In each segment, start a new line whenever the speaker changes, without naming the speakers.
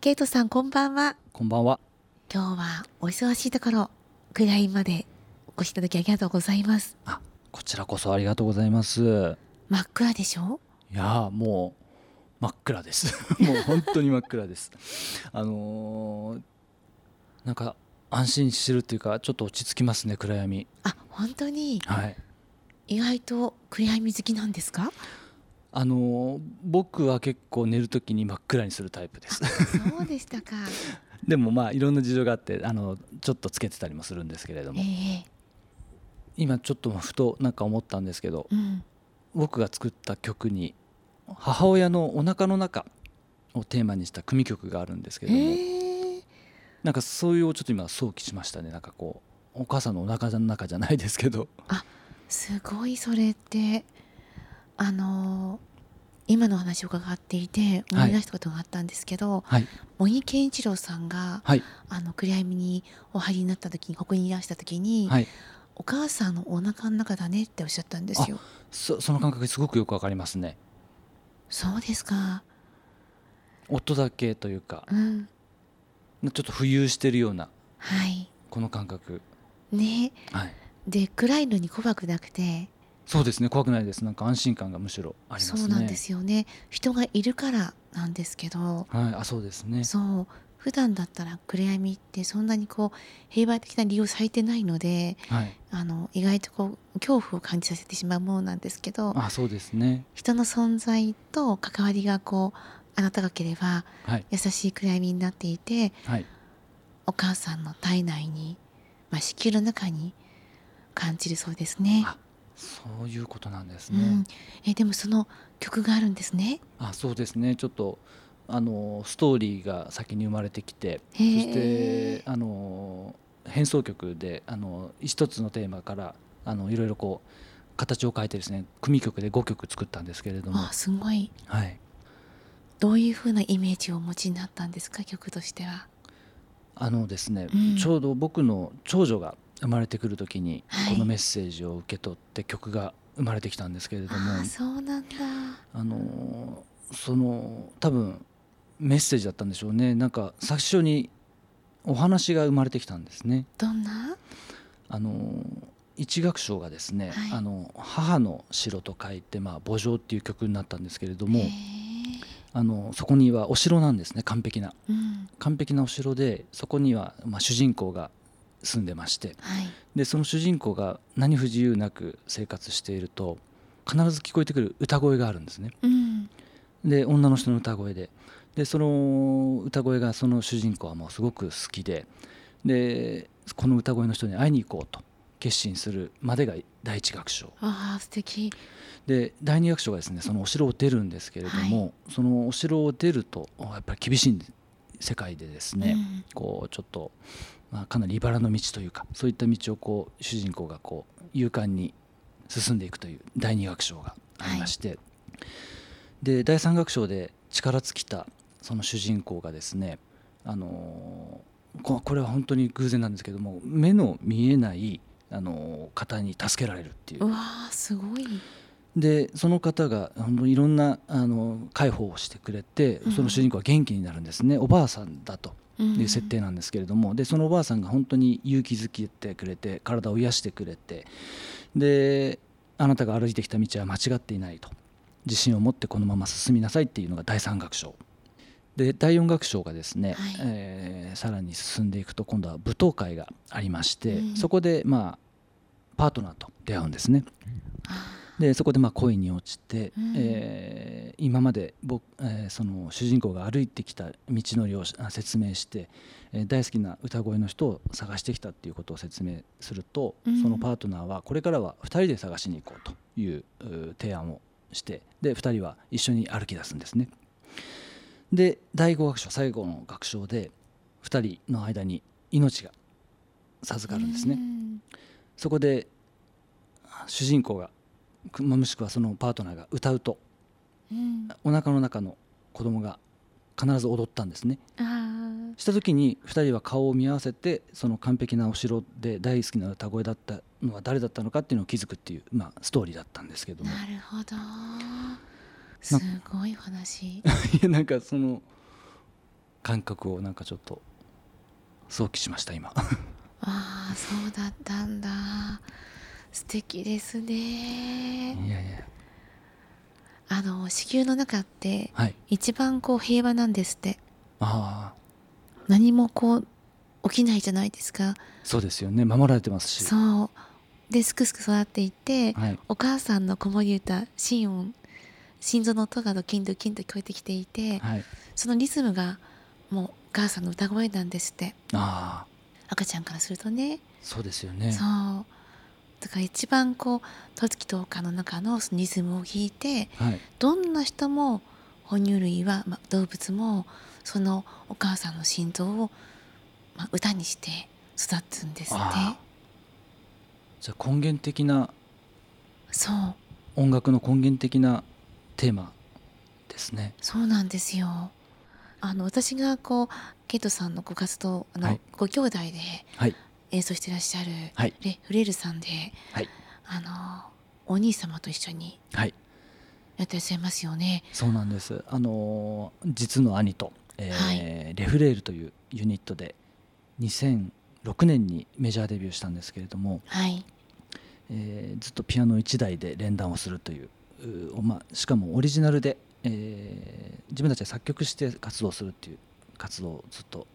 ケイトさんこんばんは。
こんばんは。
今日はお忙しいところ、クライまでお越しいただきありがとうございます。
あ、こちらこそありがとうございます。
真っ暗でしょ
いやー、もう真っ暗です。 もう本当に真っ暗です。あのーなんか安心してるっていうか、ちょっと落ち着きますね、暗闇。
あ、本当に
はい。
意外と暗闇好きなんですか
あのー僕は結構寝るときに真っ暗にするタイプです。
そうでした か。
でもまあいろんな事情があって、あのちょっとつけてたりもするんですけれど
え
も、
え
今ちょっとふとなんか思ったんですけど、
うん。
僕が作った曲に母親のお腹の中をテーマにした組曲があるんですけ
え
ども、
え
なんかそういうをちょっと今想起しましたねなんかこうお母さんのお腹の中じゃないですけど
すごいそれってあの今のお話を伺っていて思い出したことがあったんですけど、
はい
森健一郎さんが
はい
あの暗闇にお入りになった時にここにいらした時に、
はい
お母さんのお腹の中だねっておっしゃったんですよ。
そその感覚すごくよくわかりますね
そうですか。
音だけというか
うん。
ちょっと浮遊してるような
はい。
この感覚
ね。
はい
で暗いのに怖くなくて、
そうですね怖くないですなんか安心感がむしろありますね
そうなんですよね。人がいるからなんですけど、
はいあそうですね
そう普段だったら暗闇ってそんなにこう平和的な理由をされてないので、
はい
あの意外とこう恐怖を感じさせてしまうものなんですけど、
あそうですね
人の存在と関わりがこうあなたがければ
はい
優しい暗闇になっていて、
はい
お母さんの体内に、まあ、子宮の中に感じるそうですね。
あそういうことなんです
う
ね、
ん、えでもその曲があるんですね。
あそうですねちょっとあのストーリーが先に生まれてきて
そ
そしてあの変奏曲であの一つのテーマからあのいろいろこう形を変えてですね組曲で5曲作ったんですけれども
あ、すごい
はい、
どういうふうなイメージをお持ちになったんですか曲としては。
あのですね、
うん
ちょうど僕の長女が生まれてくる時に
はい
このメッセージを受け取って曲が生まれてきたんですけれども、
あーそうなんだ。
あのその多分メッセージだったんでしょうねなんか最初にお話が生まれてきたんですね。
どんな
あの一楽章がですね、
はい
あの母の城と書いてまあ墓場っていう曲になったんですけれども、
へー
あのそこにはお城なんですね完璧な
うん
完璧なお城でそこにはまあ主人公が住んでまして
はい
でその主人公が何不自由なく生活していると必ず聞こえてくる歌声があるんですね
うん
で女の人の歌声ででその歌声がその主人公はもうすごく好きででこの歌声の人に会いに行こうと決心するまでが第一楽章
あー素敵
で第二楽章がですねそのお城を出るんですけれども、そのお城を出るとやっぱり厳しい世界でです
う
ね、
ん
こうちょっと、まあ、かなり茨の道というかそういった道をこう主人公がこう勇敢に進んでいくという第二楽章がありまして、で第三楽章で力尽きたその主人公がですね、あのーここれは本当に偶然なんですけども目の見えない、あのー方に助けられるっていう
うわーすごい。
でその方があのいろんなあの介抱をしてくれて
うん
その主人公は元気になるんですね、おばあさんだと
うん
いう設定なんですけれども、でそのおばあさんが本当に勇気づけてくれて体を癒してくれてであなたが歩いてきた道は間違っていないと自信を持ってこのまま進みなさいっていうのが第3楽章で第4楽章がですね、
はい
えーさらに進んでいくと今度は舞踏会がありまして、
うん
そこでまあパートナーと出会うんですね。
あ
でそこでまあ恋に落ちて、
うん
えー今まで僕、えーその主人公が歩いてきた道のりをあ説明して、えー大好きな歌声の人を探してきたっていうことを説明すると、
うん
そのパートナーはこれからは2人で探しに行こうといううー提案をしてで2人は一緒に歩き出すんですね。で第5楽章最後の楽章で2人の間に命が授
ー
かるんですね。
うん
そこで主人公がくまあもしくはそのパートナーが歌うと
うん
お腹の中の子供が必ず踊ったんですね
あ
した時に2人は顔を見合わせてその完璧なお城で大好きな歌声だったのは誰だったのかっていうのを気づくっていう、まあ、ストーリーだったんですけ
ー
ども
なるほどすごいお話
いやなんかその感覚をなんかちょっと想起しました今
ああそうだったんだ素敵ですね
いやいや
あの子宮の中って
はい
一番こう平和なんですって
ああ
何もこう起きないじゃないですか
そうですよね守られてますし
そうですくすく育っていって
はい
お母さんの子守歌心音心臓の音がドキンドキンと聞こえてきていて
はい
そのリズムがもうお母さんの歌声なんですって
ああ
赤ちゃんからするとね
そうですよね
そうだから一番こう十月十日の中のそのリズムを聞いて
はい
どんな人も哺乳類は、まあ、動物もそのお母さんの心臓を、まあ、歌にして育つんですって
ああじゃあ根源的な
そう
音楽の根源的なテーマですね
そうなんですよあの私がこうケイトさんのご活動あの、
はい
ご兄弟で
はい
演奏してらっしゃる
はい
レ・フレールさんで、
はい
あのお兄様と一緒に
はい
やってらっしゃいますよね。
そうなんですあのー実の兄と、えー
は
レフレールというユニットで2006年にメジャーデビューしたんですけれども、
はい、
えーずっとピアノ1台で連弾をするといううーまあ、しかもオリジナルで、えー自分たちで作曲して活動するっていう活動をずっと、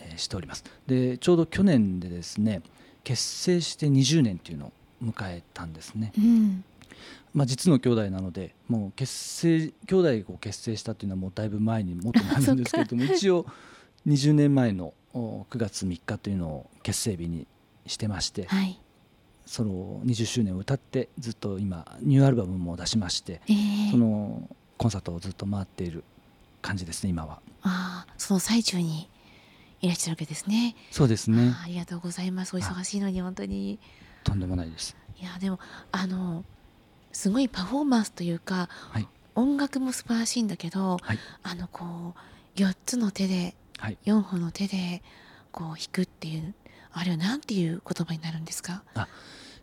えーしておりますでちょうど去年でですね結成して20年っていうのを迎えたんですね
うん、
まあ、実の兄弟なのでもう結成兄弟を結成したっていうのはもうだいぶ前にもっと前なんですけれども一応20年前のお9月3日というのを結成日にしてまして
はい、
その20周年を歌ってずっと今ニューアルバムも出しまして
えー
そのコンサートをずっと回っている感じですね今は。
ああ、その最中にいらっしゃるわけですね。
そうですね
あーありがとうございます。お忙しいのに本当に。
とんでもないです。
いやでもあのすごいパフォーマンスというか、
い
音楽も素晴らしいんだけど、
はい
あのこう4つの手で
はい、
4本の手でこう弾くっていうあれはなんていう言葉になるんですか。
えー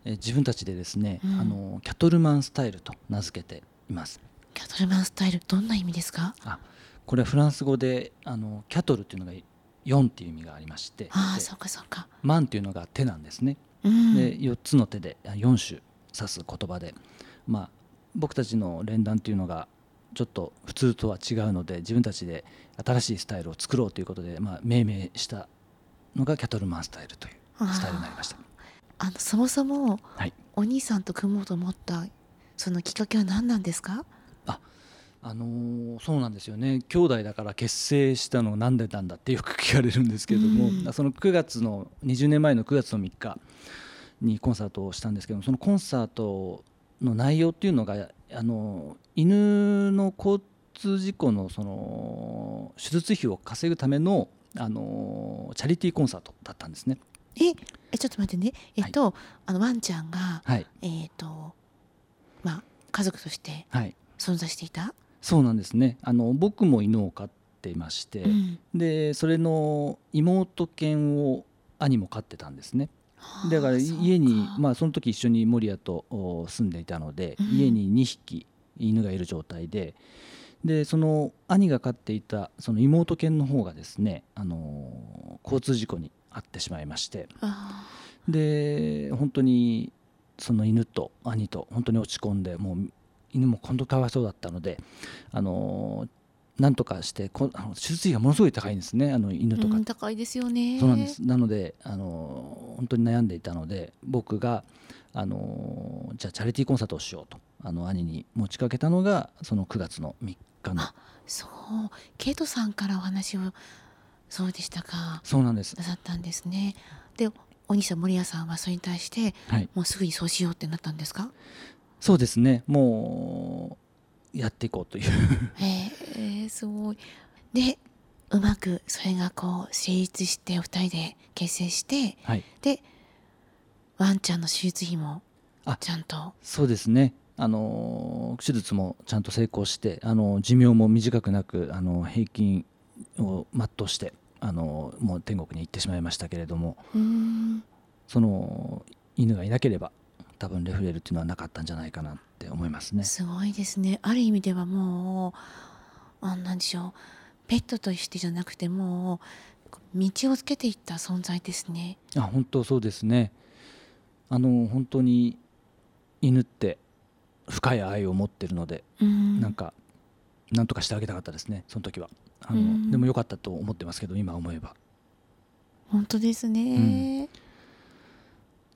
自分たちでですね、
うん
あのキャトルマンスタイルと名付けています。
キャトルマンスタイルどんな意味ですか。
これはフランス語であのキャトルっていうのが4っていう意味がありまして
ああ
で
そうかそうか。
マンっていうのが手なんですね、
うん。
で4つの手であ4種指す言葉で、まあ、僕たちの連弾っていうのがちょっと普通とは違うので自分たちで新しいスタイルを作ろうということで、まあ、命名したのがキャトルマンスタイルというスタイルになりました。
あのそもそも、
はい
お兄さんと組もうと思ったそのきっかけは何なんですか。
あのーそうなんですよね兄弟だから結成したのなんでなんだってよく聞かれるんですけれども、
うん
その9月の20年前の9月の3日にコンサートをしたんですけどもそのコンサートの内容っていうのが、あのー犬の交通事故のその手術費を稼ぐための、あのーチャリティーコンサートだったんですね。
ええちょっと待ってね。えっと、あのワンちゃんが
はい、
えっ、とまあ家族として
はい、
存在していた。
そうなんですねあの僕も犬を飼っていまして、
うん
でそれの妹犬を兄も飼ってたんですねだから家に
ま
まあその時一緒に守屋とお住んでいたので、
うん
家に2匹犬がいる状態ででその兄が飼っていたその妹犬の方がですね、あのー交通事故に遭ってしまいまして
あ
で本当にその犬と兄と本当に落ち込んでもう犬も本当かわいそうだったのであのなんとかしてこあの手術費がものすごい高いんですねあの犬
ー
とか、
うん高いですよね。
そうなんですなのであの本当に悩んでいたので僕があのじゃあチャリティーコンサートをしようとあの兄に持ちかけたのがその9月の3日の
あそうケイトさんからお話をそうでしたか
そうなんです
なさったんですね。でお兄さん森谷さんはそれに対して、
はい
もうすぐにそうしようってなったんですか。
そうですねもうやっていこうという
へえすごい。でうまくそれがこう成立してお二人で結成して
はい
でワンちゃんの手術費も
あ
ちゃんと
そうですね。あの手術もちゃんと成功して、あの寿命も短くなく、あの平均を全うして、あのもう天国に行ってしまいましたけれども、
うーん
その犬がいなければ多分レフレルっていうのはなかったんじゃないかなって思いますね。
すごいですねある意味ではもうあなんでしょうペットとしてじゃなくてもう道をつけていった存在ですね。
あ本当そうですねあの本当に犬って深い愛を持ってるので、
うん
なんかなんとかしてあげたかったですねその時はあの、
うん
でも良かったと思ってますけど今思えば
本当ですね。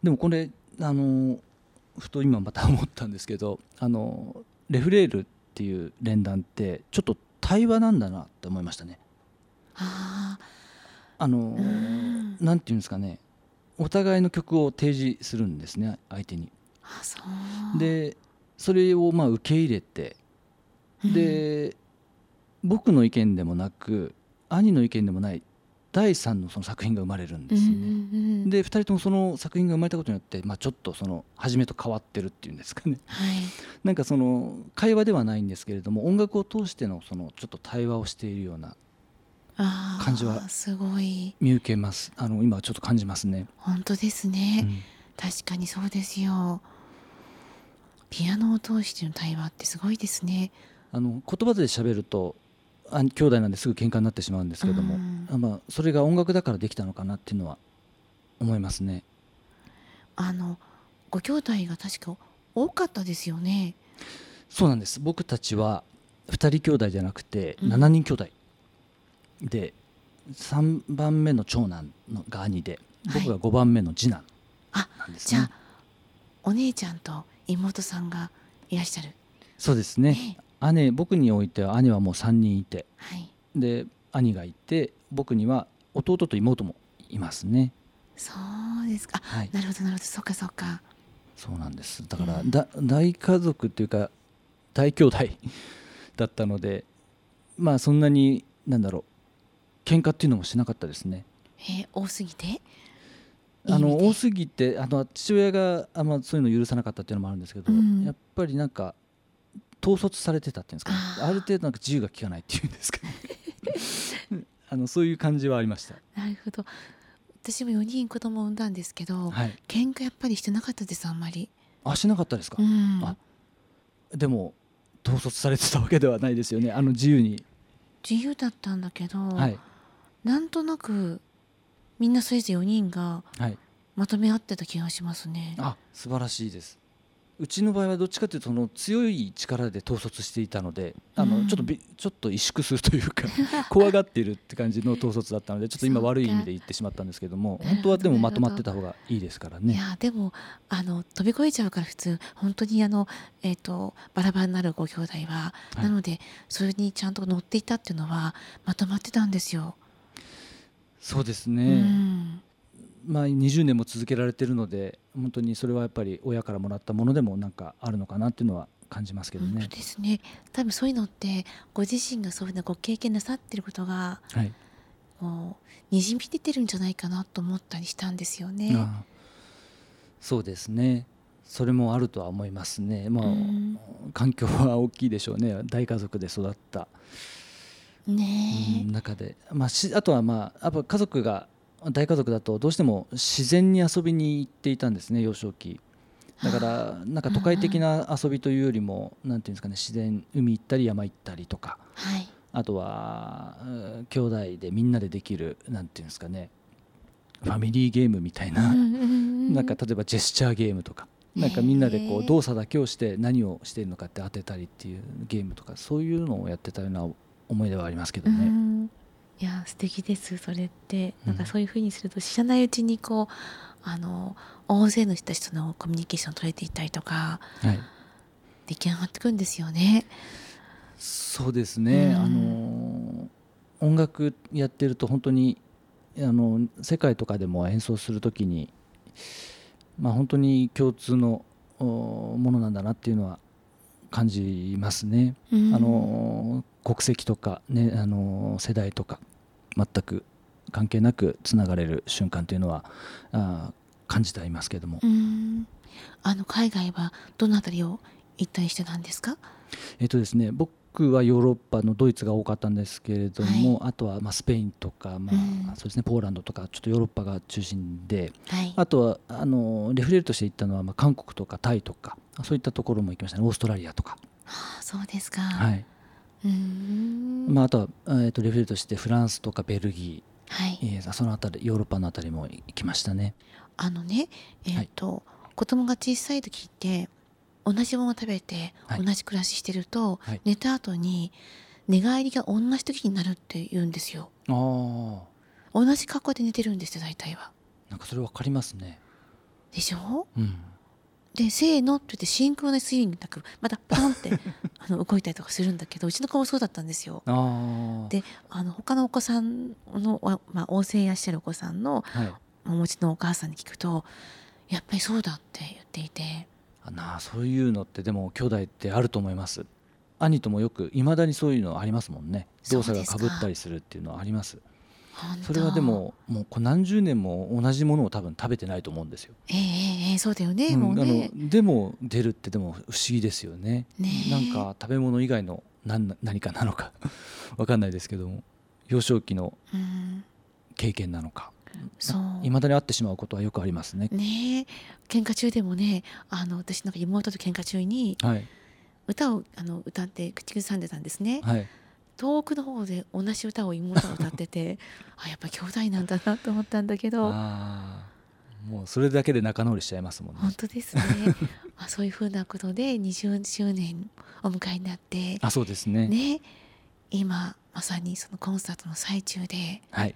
でもこれあのふと今また思ったんですけどあのレフレールっていう連弾ってちょっと対話なんだなって思いましたね
あ
あの
あ、うん
なんていうんですかねお互いの曲を提示するんですね相手に
あそう。
でそれをまあ受け入れて
うん、
で僕の意見でもなく兄の意見でもない第三のその作品が生まれるん
う
で
んう
す
ん
ね、
うん、
で2人ともその作品が生まれたことによって、まあ、ちょっとその初めと変わってるっていうんですかね
はい。
なんかその会話ではないんですけれども音楽を通してのそのちょっと対話をしているような
ああ
感じは
すごい
見受けますあの今はちょっと感じますね、
本当ですね、
うん
確かにそうですよピアノを通しての対話ってすごいですね
あの言葉で喋るとあ兄弟なんですぐ喧嘩になってしまうんですけれども、
うん
あまあ、それが音楽だからできたのかなっていうのは思いますね
あのご兄弟が確か多かったですよね
そうなんです僕たちは2人兄弟じゃなくて
うん
7人兄弟、で3番目の長男のが兄で
はい
僕が5番目の次男
あ
なんです
じ
ね、
ゃあお姉ちゃんと妹さんがいらっしゃる
そうですね姉僕においては姉はもう3人いて
はい
で兄がいて僕には弟と妹もいますね
そうですかあ
はい
なるほどなるほどそうかそうか
そうなんですだからだ大家族というか大兄弟だったのでまあそんなになんだろう喧嘩っていうのもしなかったですね
えー多すぎていい意
あ
味で
の多すぎてあの父親があんまそういうの許さなかったっていうのもあるんですけど、
うん
やっぱりなんか統率されてたっていうんですか、ね、
あ
あ
ー
る程度なんか自由が利かないっていうんですか、ね、 あのそういう感じはありました、
なるほど私も4人子供を産んだんですけど、
はい、
喧嘩やっぱりしてなかったですあんまり
あしなかったですか
う、ん
あでも統率されてたわけではないですよねあの自由に、
自由だったんだけど、
はい
なんとなくみんなそれぞれ4人が
はい、
まとめ合ってた気がしますね。
あ素晴らしいですうちの場合はどっちかというとその強い力で統率していたのであの、
うん
ちょっとびちょっと萎縮するというか 怖がっているって感じの統率だったのでちょっと今
そうか
悪い意味で言ってしまったんですけども
なるほど
本当はでもまとまってた方がいいですから
い
ね
やでもあの飛び越えちゃうから普通本当にあの、えー、とバラバラになるご兄弟は、
はい
なのでそれにちゃんと乗っていたっていうのはまとまってたんですよ。
そうです
う
ね、
ん、
まあ、20年も続けられてるので本当にそれはやっぱり親からもらったものでもなんかあるのかなっていうのは感じますけど
本当
ね、
ですね多分そういうのってご自身がそういうふうなご経験なさってることが
はい
こうにじみ出てるんじゃないかなと思ったりしたんですよね。
ああそうですねそれもあるとは思いますね、まあ
うん
環境は大きいでしょうね大家族で育った、
ねえ
うん中で、まあ、しあとは、まあ、やっぱ家族が大家族だとどうしても自然に遊びに行っていたんですね幼少期だからなんか都会的な遊びというよりもなんていうんですかね自然海行ったり山行ったりとか
はい
あとはうん兄弟でみんなでできるなんていうんですかねファミリーゲームみたいな、
うんうんうん
なんか例えばジェスチャーゲームとか
へー
なんかみんなでこう動作だけをして何をしているのかって当てたりっていうゲームとかそういうのをやってたような思い出はありますけど
う
ね。
んいや素敵ですそれって
う
な
ん
んかそういうふうにすると知らないうちにこうあの大勢の人たちとのコミュニケーション取れていったりとか
はい、
出来上がってくんですよね。
そうですね、
うん
あの音楽やってると本当にあの世界とかでも演奏するときに、まあ、本当に共通のおものなんだなっていうのは感じますね。
あ
あの国籍とか、ね、あの世代とか全く関係なくつながれる瞬間というのはあー感じてはいますけれども、
うんあの海外はどのあたりを行ったりしてたんですか。
えっとですね、僕はヨーロッパのドイツが多かったんですけれども、あとはまあスペインとか、まあ
うん
そうですね、ポーランドとかちょっとヨーロッパが中心で
はい。
あとはあのレフレールとして行ったのはまあ韓国とかタイとかそういったところも行きましたねオーストラリアとか。
あそうですか。
はいまあ、あとは、えー、とレベルとしてフランスとかベルギ
あ、はい
ー、えーそのあたりヨーロッパのあたりも行きましたね。
あのねえっ、と、子供が小さい時って同じもの食べて
はい
同じ暮らししてると、
はい
寝た後に寝返りが同じ時になるって言うんですよ
あー
同じ格好で寝てるんですよ大体は
なんかそれわかりますね。
でしょ
うん、
でせーのって言ってシンクロネスイングなくまたポンって あの動いたりとかするんだけどうちの子もそうだったんですよ
ああ
であの他のお子さんの、あまあ、旺盛いらっしゃるお子さんの
はい、
お持ちのお母さんに聞くとやっぱりそうだって言っていて
あなあそういうのってでも兄弟ってあると思います。兄ともよくいまだにそういうのありますもんね動作が
そう
か
で
ぶ
すか
ったりするっていうのはあります
本当
それはでももうこう何十年も同じものを多分食べてないと思うんですよ。
ええええええそうだよね、
うん
もうね
あのでも出るってでも不思議ですよね
ねえ
なんか食べ物以外の何何かなのか わかんないですけども幼少期の
うん
経験なのか
そう
いまだにあってしまうことはよくありますね。
ねえ喧嘩中でもねあの私なんか妹と喧嘩中に
はい、
歌をあの歌って口ずさんでたんですね、
はい、
遠くの方で同じ歌を妹が歌ってて あやっぱ兄弟なんだなと思ったんだけど
あーもうそれだけで仲直りしちゃいますもんね
本。当ですね まあそういうふうなことで20周年お迎えになって
あそうですね
ね今まさにそのコンサートの最中で
はい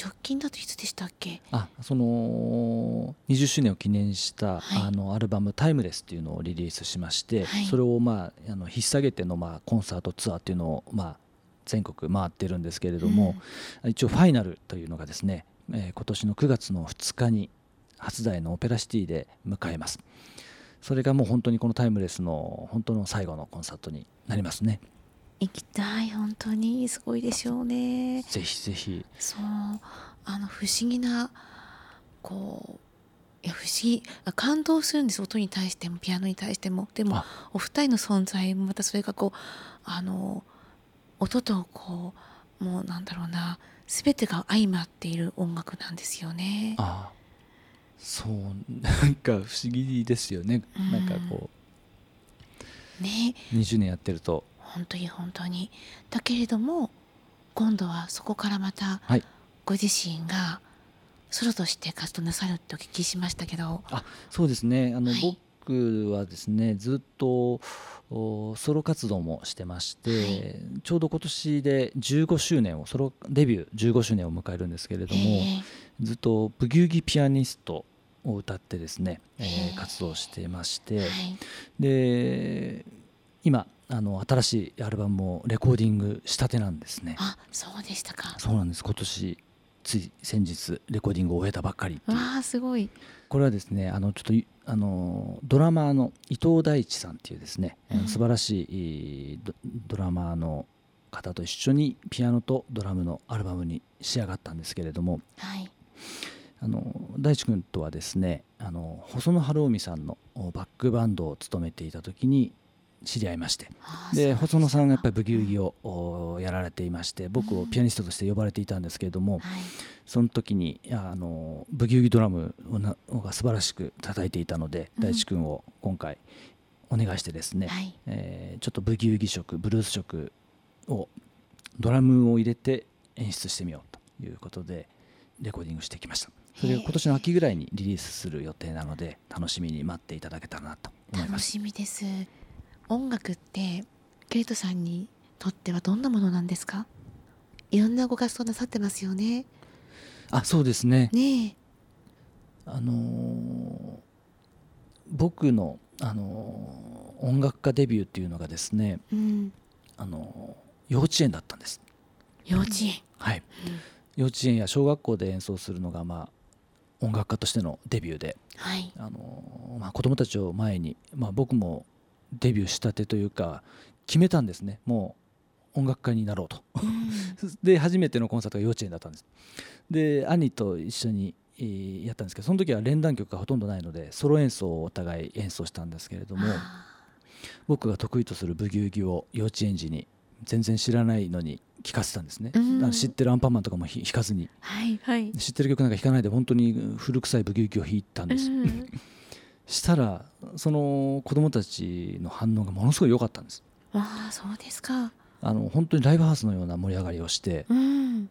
直近だといつでしたっけ
あその20周年を記念し
は
た、
い
あのアルバム「タイムレス」っていうのをリリースしまして、
はい
それを、まあ、あの引っ提げての、まあ、コンサートツアーっていうのを、まあ、全国回ってるんですけれども、一応ファイナルというのがですね、えー今年の9月の2日に初台のオペラシティで迎えますそれがもう本当にこの「タイムレス」の本当の最後のコンサートになりますね
行きたい本当にすごいでしょうね
ぜひぜひ
そうあの不思議なこういや不思議あ感動するんです音に対してもピアノに対してもでも
あ
お二人の存在もまたそれがこうあの音とこうもうなんだろうな全てが相まっている音楽なんですよね。
ああそうなんか不思議ですよね、
うん
なんかこ
ね
う20年やってると
本当に本当に。だけれども今度はそこからまた
はい
ご自身がソロとして活動なさるってお聞きしましたけど。
あそうですねあの、
はい
僕はですねずっとおソロ活動もしてまして、
はい
ちょうど今年で15周年をソロデビュー15周年を迎えるんですけれども、
ええ
ずっと「ブギウギピアニスト」を歌ってですね、えー
へえ
活動してまして、
はい
で今あの新しいアルバムをレコーディングしたてなんですね。
あそうでしたか。
そうなんです今年つい先日レコーディングを終えたばっかりっていう
わあすごい。
これはですねあのちょっといあのドラマーの伊藤大地さんっていうですね、あの
うん
素晴らしいいドドラマーの方と一緒にピアノとドラムのアルバムに仕上がったんですけれども
はい。
あの大地君とはですねあの細野晴臣さんのおバックバンドを務めていた時に知り合いまして
ああ
で
そう
細野さんがやっぱりブギウギをおやられていまして僕をピアニストとして呼ばれていたんですけれど
は
も、
い。
その時にあのブギウギドラムをなが素晴らしく叩いていたので、
うん
大地君を今回お願いしてですね、
はい。
えーちょっとブギウギ色ブルース色をドラムを入れて演出してみようということでレコーディングしてきましたそれが今年の秋ぐらいにリリースする予定なので楽しみに待っていただけたらなと思いま
楽
す
しみです。音楽ってケイトさんにとってはどんなものなんですか？いろんなご活動なさってますよね。
あそうですね
ね
あのー僕の、あのー音楽家デビューっていうのがですね、
え、うん。
あの幼稚園だったんです、
幼稚園。
はい、幼稚園や小学校で演奏するのが、まあ、音楽家としてのデビューで、
はい。
あのまあ、子どもたちを前に、まあ、僕もデビューしたてというか決めたんですねもう音楽家になろうと
うん
で初めてのコンサートが幼稚園だったんですで兄と一緒にえーやったんですけどその時は連弾曲がほとんどないのでソロ演奏をお互い演奏したんですけれども
あ
僕が得意とするブギウギを幼稚園児に全然知らないのに聞かせたんですね、
うん
だから知ってるアンパンマンとかもひ弾かずに
ーはいはい。
知ってる曲なんか弾かないで本当に古臭いブギウギを弾いたんです、
うん
したらその子供たちの反応がものすごい良かったんです
わあそうですか。
あの本当にライブハウスのような盛り上がりをして
うん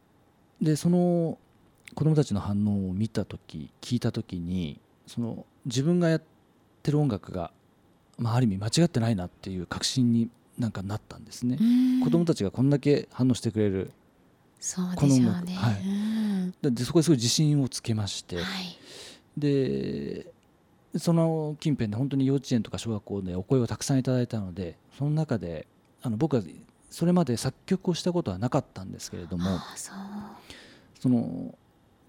でその子供たちの反応を見た時聞いた時にその自分がやってる音楽が、まあ、ある意味間違ってないなっていう確信になんかなったんですね。子供
たち
たちがこんだけ反応してくれる
そうでしょう
この音楽
ね。
はい
うん
ででそこですごい自信をつけまして、
はい
でその近辺で本当に幼稚園とか小学校でお声をたくさんいただいたのでその中であの僕はそれまで作曲をしたことはなかったんですけれども
ああそう
その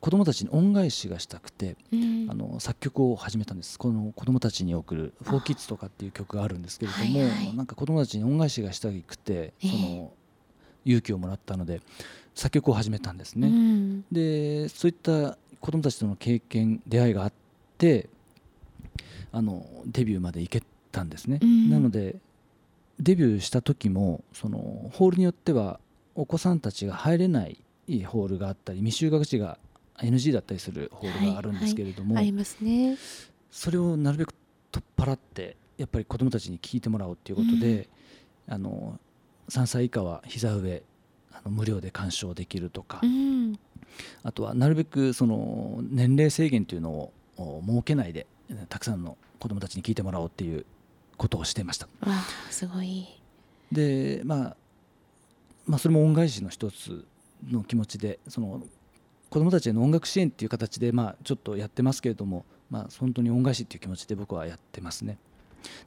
子どもたちに恩返しがしたくて、
うん
あの作曲を始めたんですこの子どもたちに送る「フォーキッズとかっていう曲があるんですけれども、
はいはい
なんか子どもたちに恩返しがしたくて
ええ
その勇気をもらったので作曲を始めたんですね。
うん
でそういった子どもたちとの経験出会いがあってあのデビューまで行けたんですね、
うん
なのでデビューした時もそのホールによってはお子さんたちが入れないホールがあったり未就学児が NG だったりするホールがあるんですけれども、
ありますね。
それをなるべく取っ払ってやっぱり子どもたちに聞いてもらおうということで、あの3歳以下は膝上あの無料で鑑賞できるとか、
うん
あとはなるべくその年齢制限というのをお設けないでえたくさんの子どもたちに聞いてもらおうっていうことをしていました
わあすごい。
で、まあ、まあそれも恩返しの一つの気持ちでその子どもたちへの音楽支援っていう形で、まあ、ちょっとやってますけれども、まあ、本当に恩返しっていう気持ちで僕はやってますね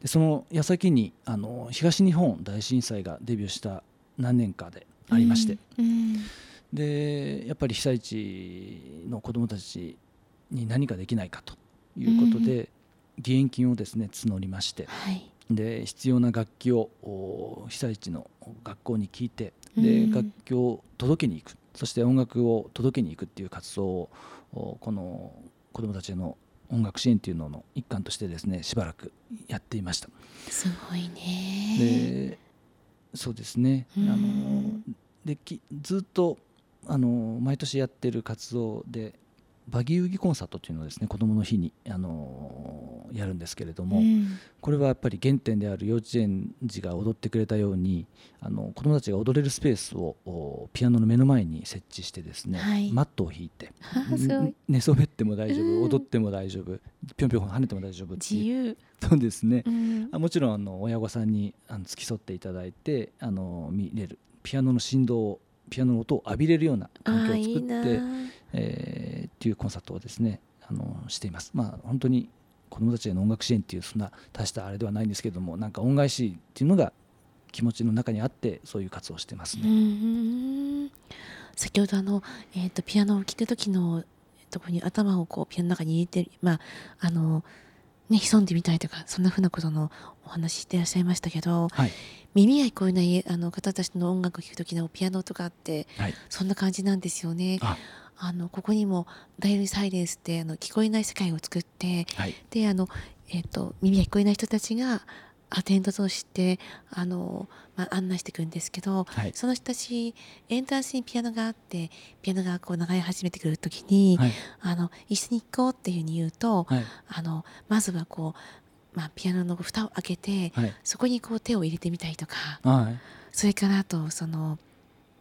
でその矢先にあの東日本大震災がデビューした何年かでありまして、
うん。
でやっぱり被災地の子どもたちに何かできないかということで、義援金をですね募りまして
はい。
で必要な楽器をお被災地の学校に聞いて
う
で
ん
楽器を届けに行くそして音楽を届けに行くっていう活動をおこの子どもたちへの音楽支援っていうのの一環としてですねしばらくやっていました。
すごいね。
でそうですね、
うん
あのできずっとあの毎年やってる活動でバギウギコンサートっていうのをですね子どもの日にあのやるんですけれども、
うん
これはやっぱり原点である幼稚園児が踊ってくれたようにあの子どもたちが踊れるスペースをおピアノの目の前に設置してですね、
はい
マットを引いて
ああすごい
ん寝そべっても大丈夫、
うん
踊っても大丈夫ぴょんぴょん跳ねても大丈夫って
自
いう
由。
そうですね
うん
あもちろんあの親御さんにあの付き添っていただいてあの見れるピアノの振動をピアノの音を浴びれるような環境
あ
を
いい
作って
なあ。
えーっていうコンサートをですねあのしています。まあ本当に子どもたちへの音楽支援っていうそんな大したあれではないんですけどもなんか恩返しっていうのが気持ちの中にあってそういう活動をしてます
う
ね。
ん先ほどあの、えー、とピアノを聴く時のとこに頭をこうピアノの中に入れてるまああのね潜んでみたいとかそんなふうなことのお話ししていらっしゃいましたけど
はい、
耳が聞こえないあの方たちの音楽を聴く時のピアノとかって
はい
そんな感じなんですよね。
あ
あのここにも「ダイヤルサイレンス」ってあの聞こえない世界を作って
はい
であの、えー、と耳が聞こえない人たちがアテンドとしてあの、まあ、案内していくんですけど、
はい
その人たちエントランスにピアノがあってピアノがこう流れ始めてくるときに、
はい
あの一緒に行こうっていうふうに言うと、
はい
あのまずはこう、まあ、ピアノの蓋を開けて、
はい
そこにこう手を入れてみたりとか
はい
それからあとその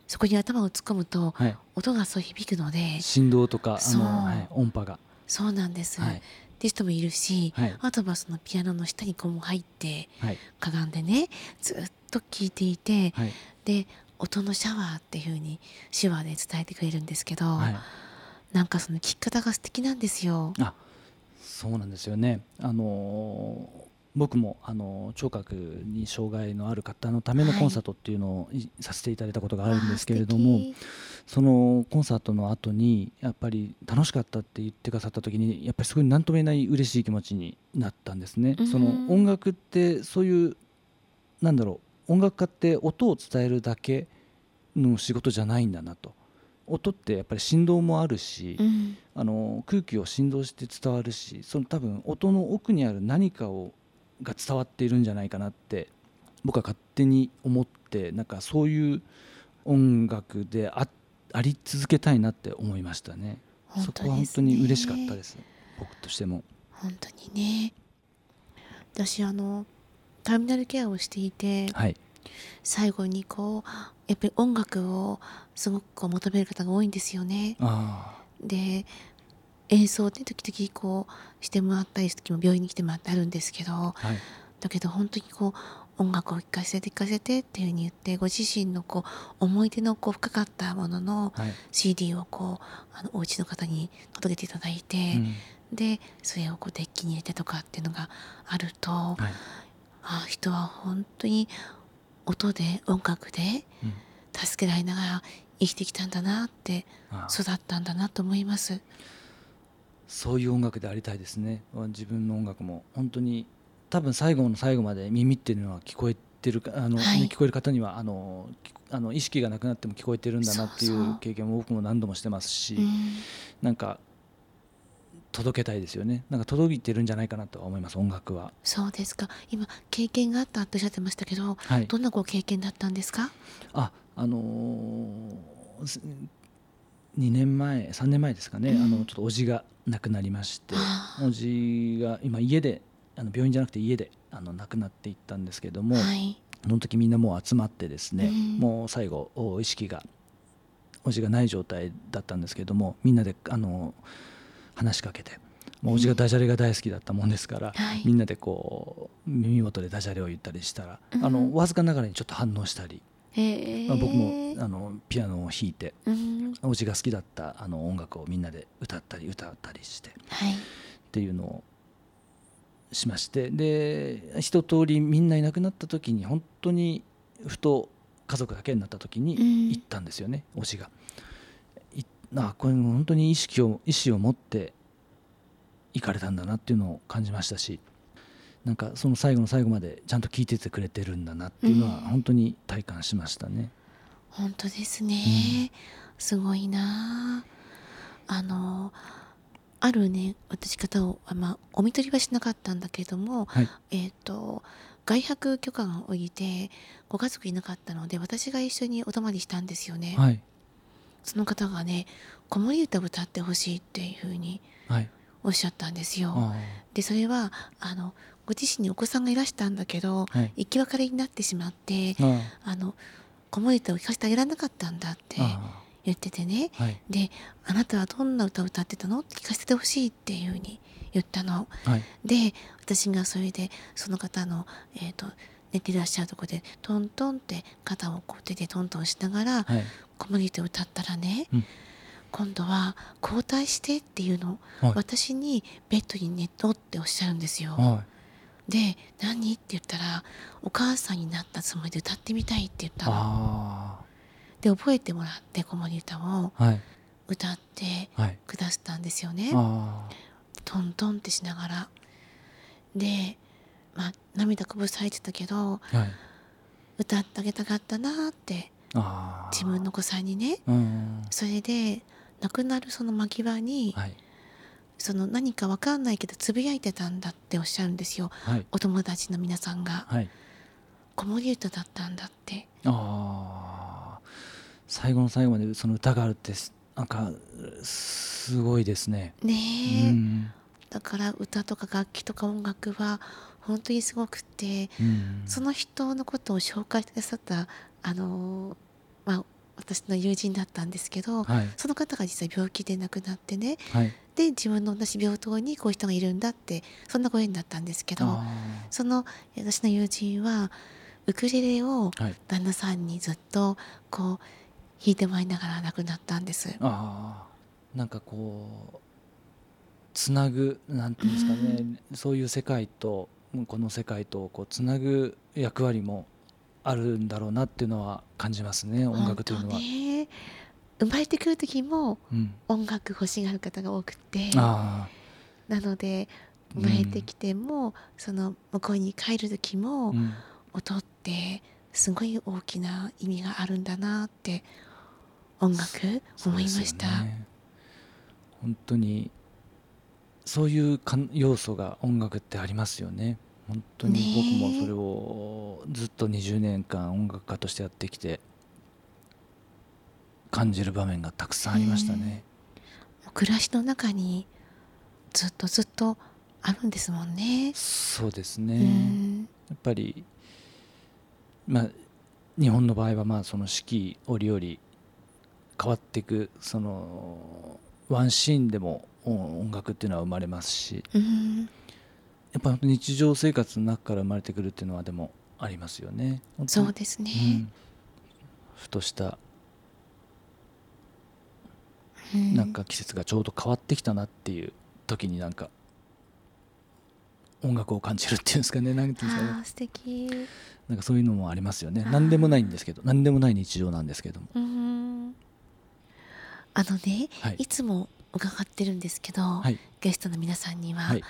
そこに頭を突っ込むと
はい
音がそう響くので
振動とかあ
そう
の、はい、音波が
そうなんです、
は
っ
い
て人もいるし、
はい
あとはそのピアノの下にこうも入って
はい
かがんでねずっと聴いていて、
はい
で音のシャワーっていう風に手話で伝えてくれるんですけど、
はい
なんかその聞き方が素敵なんですよ。
あそうなんですよね。あのー僕もあのー聴覚に障害のある方のための
はい
コンサートっていうのをいさせていただいたことがあるんですけれども、そのコンサートの後にやっぱり楽しかったって言ってくださった時にやっぱりすごい何とも言えない嬉しい気持ちになったんですね。
うん
その音楽ってそういうなんだろう音楽家って音を伝えるだけの仕事じゃないんだなと。音ってやっぱり振動もあるし、
うん
あの空気を振動して伝わるしその多分音の奥にある何かをが伝わっているんじゃないかなって僕は勝手に思ってなんかそういう音楽でああり続けたいなって思いましたねそこは本当に嬉しかったです
ね
す僕としても
本当にね私あのターミナルケアをしていて
はい
最後にこうやっぱり音楽をすごくこう求める方が多いんですよね。
あ
で演奏で時々こうしてもらったりする時も病院に来てもらってあるんですけど
あはい
だけど本当にこう音楽を聴かせて聴かせてっていうふうに言ってご自身のこう思い出のこう深かったものの
はい、
CD をこうあのお家の方に届けていただいて、
うん
でそれをこうデッキに入れてとかっていうのがあると、
はい
あ人は本当に音で音楽で
うん
助けられながら生きてきたんだなって
ああ
育ったんだなと思います。
そういう音楽でありたいですね自分の音楽も本当に多分最後の最後まで耳っていうのは聞こえてるかあの、
はい
ね聞こえる方にはあのきあの意識がなくなっても聞こえてるんだなってい
そうそう
う経験も僕も何度もしてますし、
うん
なんか届けたいですよねなんか届いてるんじゃないかなとは思います音楽は。
そうですか今経験があったっておっしゃってましたけど
はい、
どんなご経験だったんですか
ああのーす2年前3年前ですかね、
うん
あのちょっとおじが亡くなりまして
あー
おじが今家であの病院じゃなくて家であの亡くなっていったんですけども、
はい
その時みんなもう集まってですね、
うん
もう最後お意識がおじがない状態だったんですけどもみんなであの話しかけて。もうおじがダジャレが大好きだったもんですから、
はい
みんなでこう耳元でダジャレを言ったりしたら、あ
う
の
ん
わずかながらにちょっと反応したり、
えー
まあ、僕もあのピアノを弾いて
うん
おじが好きだったあの音楽をみんなで歌ったり歌ったりしてっ
はい
ていうのをしましてで一通りみんないなくなった時に本当にふと家族だけになった時
うん
に行ったんですよね、おじが。いあこれも本当に意識を意思を持って行かれたんだなっていうのを感じましたしなんかその最後の最後までちゃんと聞いててくれてるんだなっていうのは
うん
本当に体感しましたね。
本当ですね、すごいなああのあるね私方を、あまあ、お見取りはしなかったんだけども、
はい
えっ、と外泊許可が下りてご家族いなかったので私が一緒にお泊まりしたんですよね、
はい、
その方がね子守歌を歌ってほしいっていうふうに
はい
おっしゃったんですよ
あ
でそれはあのご自身にお子さんがいらしたんだけど
ーはい
生き別れになってしまって
あ
あの子守歌を聴かせてあげられなかったんだって
ーあ
言っててね
ーはい
で「あなたはどんな歌を歌ってたの?」って聞かせてほしいっていうふうに言ったの。
はい
で私がそれでその方の、えー、と寝てらっしゃるとこでトントンって肩をこう手でトントンしながら
はい
子守歌を歌ったらね、
うん
今度は「交代して」っていうのを
はい
私にベッドに寝とっておっしゃるんですよ。
は
で「何?」って言ったら「お母さんになったつもりで歌ってみたい」って言っ
い
たの。
あ
で覚えてもらって子守歌を
ーはい
歌って
はい
くださったんですよね。
あ
トントンってしながらで、まあ、涙こぼされてたけど
ーはい
歌ってあげたかったなーって
あー
自分のお子さんにね
うん
それで亡くなるその間際に、
はい
その何かわかんないけどつぶやいてたんだっておっしゃるんですよ
はい
お友達の皆さんが
はい
子守歌だったんだって
あー最後の最後までその歌があるってすなんかすごいですね。
ね
う
え、
ん
だから歌とか楽器とか音楽は本当にすごくて
うん
その人のことを紹介してくださったあのーまあ私の友人だったんですけど、
はい
その方が実際病気で亡くなってね
はい
で自分の同じ病棟にこういう人がいるんだってそんなご縁だったんですけど
あ
その私の友人はウクレレを
ーはい
旦那さんにずっとこう弾いてもらいながら亡くなったんです。
あーなんかこうつなぐなんていうんですかね、そういう世界とうんこの世界とをこうつなぐ役割もあるんだろうなっていうのは感じますね音楽というのは。
本当ね生まれてくる時も
うん、
音楽欲しがる方が多くて
あ
なので生
うん
まれてきても、その向こうに帰る時
あ、
も、
うん、
音ってすごい大きな意味があるんだなって音楽思いました。
そうですよね本当にそういうかん要素が音楽ってありますよね。本当に
ねえ
僕もそれをずっと20年間音楽家としてやってきて感じる場面がたくさんありましたね。
暮らしの中にずっとずっとあるんですもんね。
そうです
う
ね。
ん
やっぱりまあ日本の場合はまあその四季折々変わっていくそのワンシーンでも音音楽っていうのは生まれますし
うん
やっぱ日常生活の中から生まれてくるっていうのはでもありますよね。本当
そ
に
うですね、
うんふとした
うん
なんか季節がちょうど変わってきたなっていう時になんか音楽を感じるっていうんですかねなんていうんですか
あ
ね
ー素敵
なんかそういうのもありますよね
あー
何でもないんですけど何でもない日常なんですけども
うんあのね、
はい
い、つも伺ってるんですけど、
はい
ゲストの皆さんには、
はい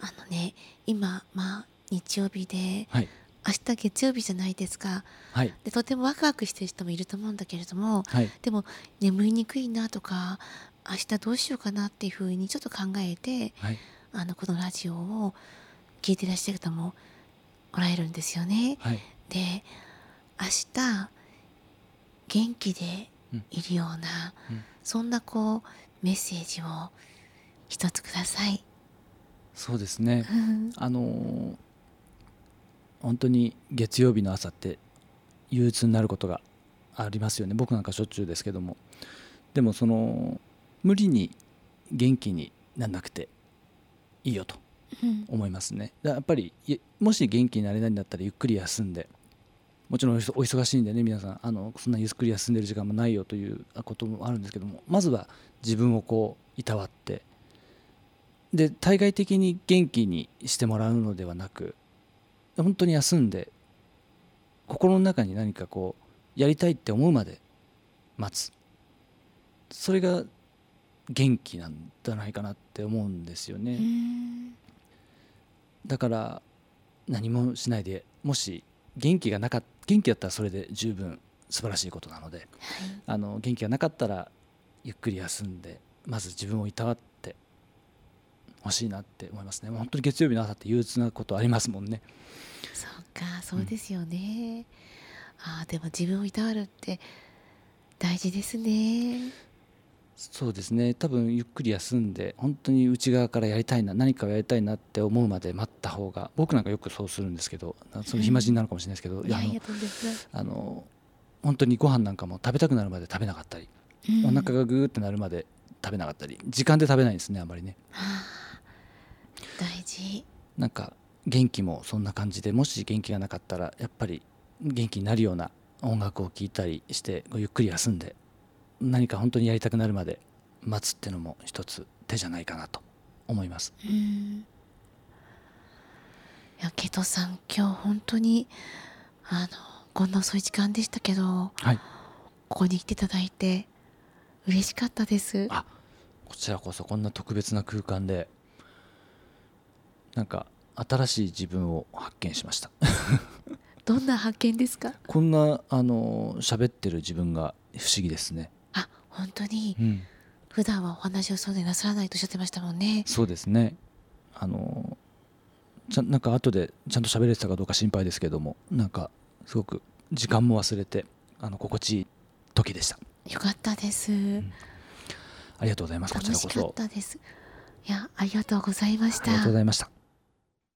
あのね今まあ日曜日で
はい
明日月曜日じゃないですか
はい
でとてもワクワクしてる人もいると思うんだけれども
はい
でも眠りにくいなとか明日どうしようかなっていうふうにちょっと考えて
はい
あのこのラジオを聞いていらっしゃる方もおられるんですよね。
はい
で明日元気でいるような、
うんうん
そんなこうメッセージを一つください。
そうですね
うん
あのー本当に月曜日の朝って憂鬱になることがありますよね僕なんかしょっちゅうですけどもでもその無理に元気になんなくていいよと
うん
思いますねだやっぱりいもし元気になれないんだったらゆっくり休んでもちろんお忙お忙しいんでね皆さんあのそんなゆっくり休んでる時間もないよということもあるんですけどもまずは自分をこういたわってで対外的に元気にしてもらうのではなく本当に休んで心の中に何かこうやりたいって思うまで待つそれが元気なんじゃないかなって思うんですよね。
うん
だから何もしないでもし元気がなかっ元気だったらそれで十分素晴らしいことなので
はい
あの元気がなかったらゆっくり休んでまず自分をいたわってほしいなって思いますねもう本当に月曜日の朝って憂鬱なことありますもんね
そうかそうですよね。あーでも自分をいたわるって大事ですね。
そうですね多分ゆっくり休んで本当に内側からやりたいな何かをやりたいなって思うまで待った方が僕なんかよくそうするんですけどその暇人なのかもしれないですけど、
い
い
や
やあ
い
の
やとんでもない
あの本当にご飯なんかも食べたくなるまで食べなかったり
うん
お腹がグーってなるまで食べなかったり時間で食べないですねあんまりね
あー大事。
なんか元気もそんな感じでもし元気がなかったらやっぱり元気になるような音楽を聴いたりしてゆっくり休んで何か本当にやりたくなるまで待つってのも一つ手じゃないかなと思います
うんいやケトさん今日本当にあのこんな遅い時間でしたけど
はい
ここに来ていただいて嬉しかったです
あこちらこそこんな特別な空間でなんか新しい自分を発見しました
どんな発見ですか
こんなあの喋ってる自分が不思議ですね、
あ本当に
うん
普段はお話をそうでなさらないとおっしゃってましたもんね
そうですね。あのちゃんなんか後でちゃんと喋れてたかどうか心配ですけども、なんかすごく時間も忘れてあの心地いい時でした。
よかったです、
ありがとうございます。こち
楽
ら
し
こ
かっ
そ。
たですいやありがとうございまし
ありがとうご
た
ざいました。